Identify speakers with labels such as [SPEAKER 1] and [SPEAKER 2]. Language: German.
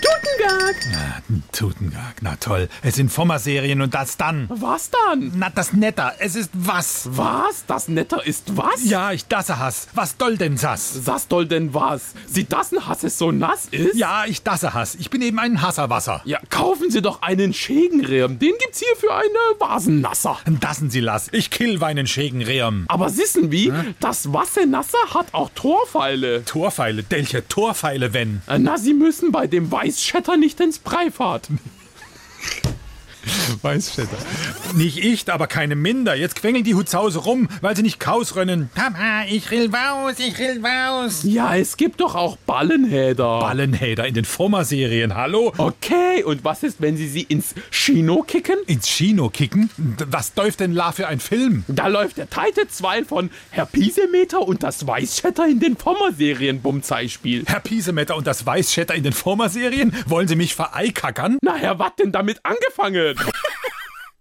[SPEAKER 1] Totengag.
[SPEAKER 2] Ah, ein Tutengag, na toll. Es sind Sommerserien und das dann.
[SPEAKER 1] Was dann?
[SPEAKER 2] Na, das netter. Es ist was.
[SPEAKER 1] Was? Das Netter ist was?
[SPEAKER 2] Ja, ich dasse Hass. Was doll denn das?
[SPEAKER 1] Was soll denn was? Sie dassen, dass es so nass ist?
[SPEAKER 2] Ja, ich dasse Hass. Ich bin eben ein Hasserwasser.
[SPEAKER 1] Ja, kaufen Sie doch einen Schägenrehm. Den gibt's hier für eine Vasennasser.
[SPEAKER 2] Dassen Sie lass. Ich kill weinen Schägenrehm.
[SPEAKER 1] Aber wissen wie, das Wassernasser hat auch Torpfeile.
[SPEAKER 2] Torpfeile, Delche, Torpfeile, wenn.
[SPEAKER 1] Äh, Na, Sie müssen bei dem Weißschetter nicht ins Freibad.
[SPEAKER 2] Weißstädter. Nicht ich, aber keine minder. Jetzt quengeln die Hutzause rum, weil sie nicht kausrennen. Papa, ich will raus, ich will raus.
[SPEAKER 1] Ja, es gibt doch auch Ballenhäder.
[SPEAKER 2] Ballenhäder in den Former-Serien, hallo?
[SPEAKER 1] okay, und was ist, wenn Sie sie ins Chino kicken?
[SPEAKER 2] Ins Kino kicken? D- Was läuft denn la für ein Film?
[SPEAKER 1] Da läuft der Teite 2 von Herr Piesemeter und das Weißschetter in den Pommerserien Bumzeispiel.
[SPEAKER 2] Herr Piesemetter und das Weißschetter in den Former-Serien? Wollen Sie mich vereikackern?
[SPEAKER 1] Na, Herr, was denn damit angefangen?